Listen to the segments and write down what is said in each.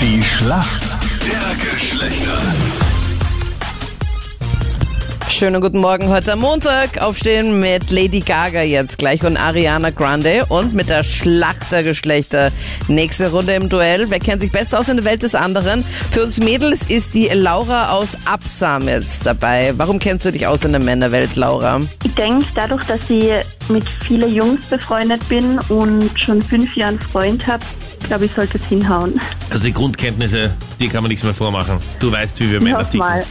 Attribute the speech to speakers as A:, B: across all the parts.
A: Die Schlacht der Geschlechter.
B: Schönen guten Morgen heute am Montag. Aufstehen mit Lady Gaga jetzt gleich und Ariana Grande und mit der Schlachtergeschlechter. Nächste Runde im Duell. Wer kennt sich besser aus in der Welt des anderen? Für uns Mädels ist die Laura aus Absam jetzt dabei. Warum kennst du dich aus in der Männerwelt, Laura?
C: Ich denke, dadurch, dass ich mit vielen Jungs befreundet bin und schon fünf Jahre einen Freund habe, glaube ich, sollte es hinhauen.
D: Also die Grundkenntnisse, die kann man nichts mehr vormachen. Du weißt, wie wir Männer
C: Hoff
D: ticken.
C: mal.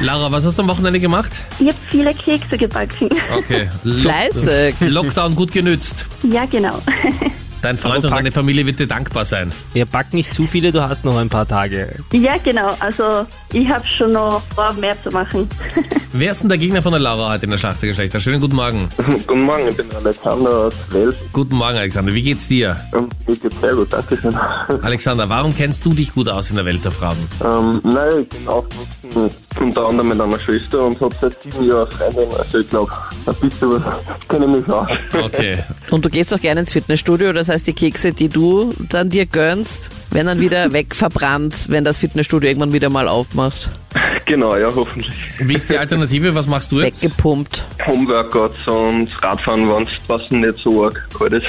D: Laura, was hast du am Wochenende gemacht?
C: Ich habe viele Kekse gebacken.
D: Okay.
B: Fleißig.
D: Lockdown gut genützt.
C: Ja, genau.
D: Dein
B: Also
D: Freund und deine Familie wird dir dankbar sein.
E: Ja, back nicht zu viele, du hast noch ein paar Tage.
C: Ja, genau. Also, ich habe schon noch vor, mehr zu machen.
D: Wer ist denn der Gegner von der Laura heute in der Schlacht der Geschlechter? Schönen guten Morgen.
F: Guten Morgen, ich bin Alexander aus Wels.
D: Guten Morgen, Alexander. Wie geht's dir?
F: Und Mir geht's sehr gut, Dankeschön.
D: Alexander, warum kennst du dich gut aus in der Welt der Frauen?
F: ähm, naja, ich bin aufgewachsen mit, unter anderem mit einer Schwester und habe seit sieben Jahren Freundin. Also ich glaube, ein bisschen was kenne ich mich aus.
D: Okay.
B: Und du gehst doch gerne ins Fitnessstudio. Das heißt, die Kekse, die du dann dir gönnst, werden dann wieder wegverbrannt, wenn das Fitnessstudio irgendwann wieder mal aufmacht.
F: genau, ja, hoffentlich.
D: Wie ist die Alternative? Was machst du jetzt?
B: Weggepumpt.
F: Homeworkouts und Radfahren, wenn es draußen nicht so arg kalt ist.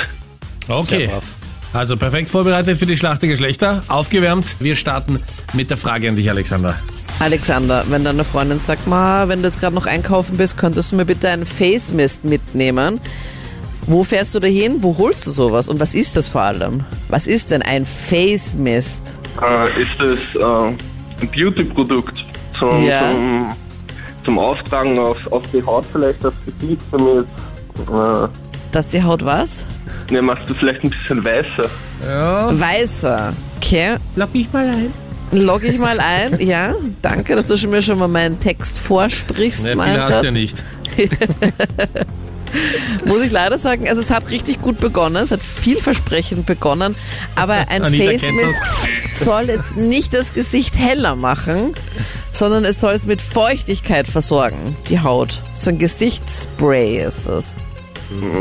D: Okay.
E: Sehr brav.
D: Also perfekt vorbereitet für die Schlacht der Geschlechter. Aufgewärmt. Wir starten mit der Frage an dich, Alexander.
B: Alexander, wenn deine Freundin sagt, Ma, wenn du jetzt gerade noch einkaufen bist, könntest du mir bitte einen Face Mist mitnehmen. Wo fährst du da hin? Wo holst du sowas? Und was ist das vor allem? Was ist denn ein Face Mist?
F: Äh, ist das äh, ein Beauty-Produkt zum,
B: Ja.
F: zum, zum Auftragen auf, auf die Haut vielleicht, das Gesicht damit? Äh,
B: Dass die Haut was?
F: ne, machst du vielleicht ein bisschen weißer?
B: Weißer. Okay. Log ich mal ein. Log ich mal ein, ja. Danke, dass du mir schon mal meinen Text vorsprichst.
D: Ne,
B: mein
D: viele hast
B: Schatz.
D: du ja nicht.
B: Muss ich leider sagen, also es hat richtig gut begonnen, es hat vielversprechend begonnen, aber ein
D: Anita
B: Face
D: kennt das.
B: Mist soll jetzt nicht das Gesicht heller machen, sondern es soll es mit Feuchtigkeit versorgen, die Haut. So ein Gesichtsspray ist es.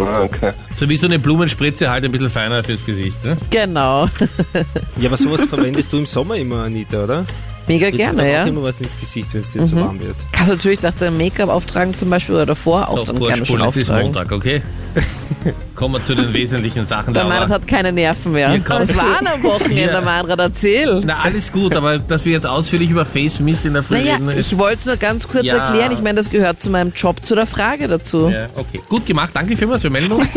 F: Ah, Okay.
D: So wie so eine Blumenspritze halt ein bisschen feiner fürs Gesicht. Ne?
B: Genau.
E: Ja, aber sowas verwendest du im Sommer immer, Anita, oder?
B: Mega
E: Willst du
B: gerne,
E: dann auch
B: ja. Mhm.
E: immer was ins Gesicht, wenn es dir zu warm wird.
B: Kannst du natürlich nach dem Make-up auftragen zum Beispiel oder davor auch dann gerne schon
D: vorspulen, es ist
B: auftragen.
D: Montag, okay? Kommen wir zu den wesentlichen Sachen.
B: Der
D: Laura.
B: Meinrad hat keine Nerven mehr.
D: Hier kommt's.
B: Das war am Wochenende,
D: Ja.
B: Meinrad, erzähl.
D: Na, alles gut, aber dass wir jetzt ausführlich über Face Mist in der Früh
B: Naja,
D: reden. ist-
B: ich wollte es nur ganz kurz
D: Ja.
B: erklären. Ich meine, das gehört zu meinem Job, zu der Frage dazu.
D: ja, okay. Gut gemacht, danke vielmals für Meldung.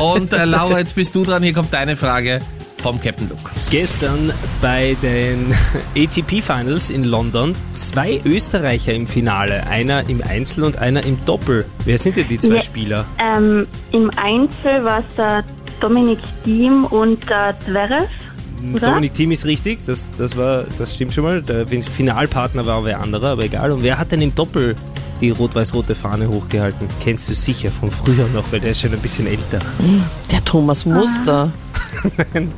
D: Und äh, Laura, jetzt bist du dran. Hier kommt deine Frage vom Captain Luke.
E: Gestern bei den ATP Finals in London zwei Österreicher im Finale, einer im Einzel und einer im Doppel. Wer sind denn die zwei
C: Ja.
E: Spieler?
C: Ähm, Im Einzel war es der Dominik Diem und der Zverev. Oder?
E: Mhm, Dominik Thiem ist richtig, das, das, war, das stimmt schon mal. Der Finalpartner war wer anderer, aber egal. Und wer hat denn im Doppel die rot-weiß-rote Fahne hochgehalten? Kennst du sicher von früher noch, weil der ist schon ein bisschen älter.
B: Der Thomas Muster.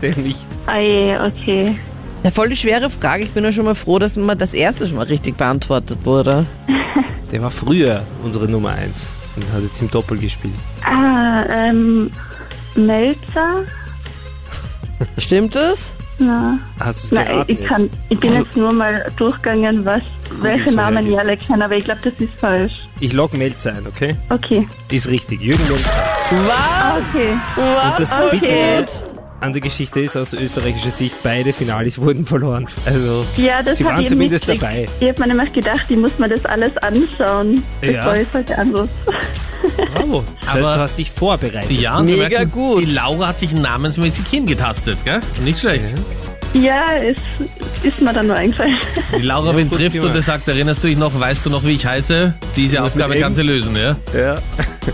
E: der nicht.
C: Ah, je, okay.
B: Ja, voll die schwere Frage. Ich bin ja schon mal froh, dass mir das erste schon mal richtig beantwortet wurde.
E: Der war früher unsere Nummer 1 und hat jetzt im Doppel gespielt.
C: Ah, ähm, Melzer?
B: Stimmt es?
C: Na,
E: Hast du es
C: nein,
E: geraten
C: ich, kann,
E: jetzt?
C: ich bin jetzt nur mal durchgegangen, was, welche
E: so
C: Namen
E: hergibt.
C: ich alle kenne, aber ich glaube, das ist falsch.
E: Ich log Melzer ein, okay?
C: Okay.
E: Ist richtig. Jürgen Melzer.
B: Was?
C: Okay.
B: Was?
C: Ah,
E: Und das
B: okay.
E: Bittere an der Geschichte ist aus österreichischer Sicht, beide Finalis wurden verloren. Also,
C: Ja, das
E: sie
C: hab
E: waren
C: ich
E: zumindest dabei.
C: mitgekriegt. Ich habe mir nämlich gedacht, ich muss mir das alles anschauen,
E: Ja.
C: bevor ich solche Antwort.
E: Bravo. Das heißt,
D: Aber-
E: du hast dich vorbereitet.
D: Ja, und wir
B: Mega
D: merken,
B: gut.
D: Die Laura hat sich namensmäßig hingetastet, gell? Nicht schlecht.
C: Ja, es ist mir dann nur eingefallen.
D: Die Laura,
E: Ja,
D: wenn
E: gut
D: trifft und
E: gemacht.
D: er sagt, erinnerst du dich noch, weißt du noch, wie ich heiße? Diese
E: Was mit
D: Aufgabe kannst du lösen, ja?
E: Ja.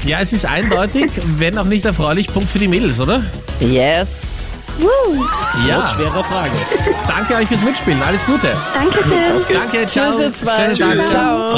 D: Ja, es ist eindeutig, wenn auch nicht erfreulich, Punkt für die Mädels, oder?
B: Yes.
E: Trotz
D: Ja.
E: schwerer Frage.
D: Danke euch fürs Mitspielen. Alles Gute.
C: Dankeschön.
D: Danke, ciao.
B: Tschüss, ihr zwei.
D: Tschüss.
B: Ciao.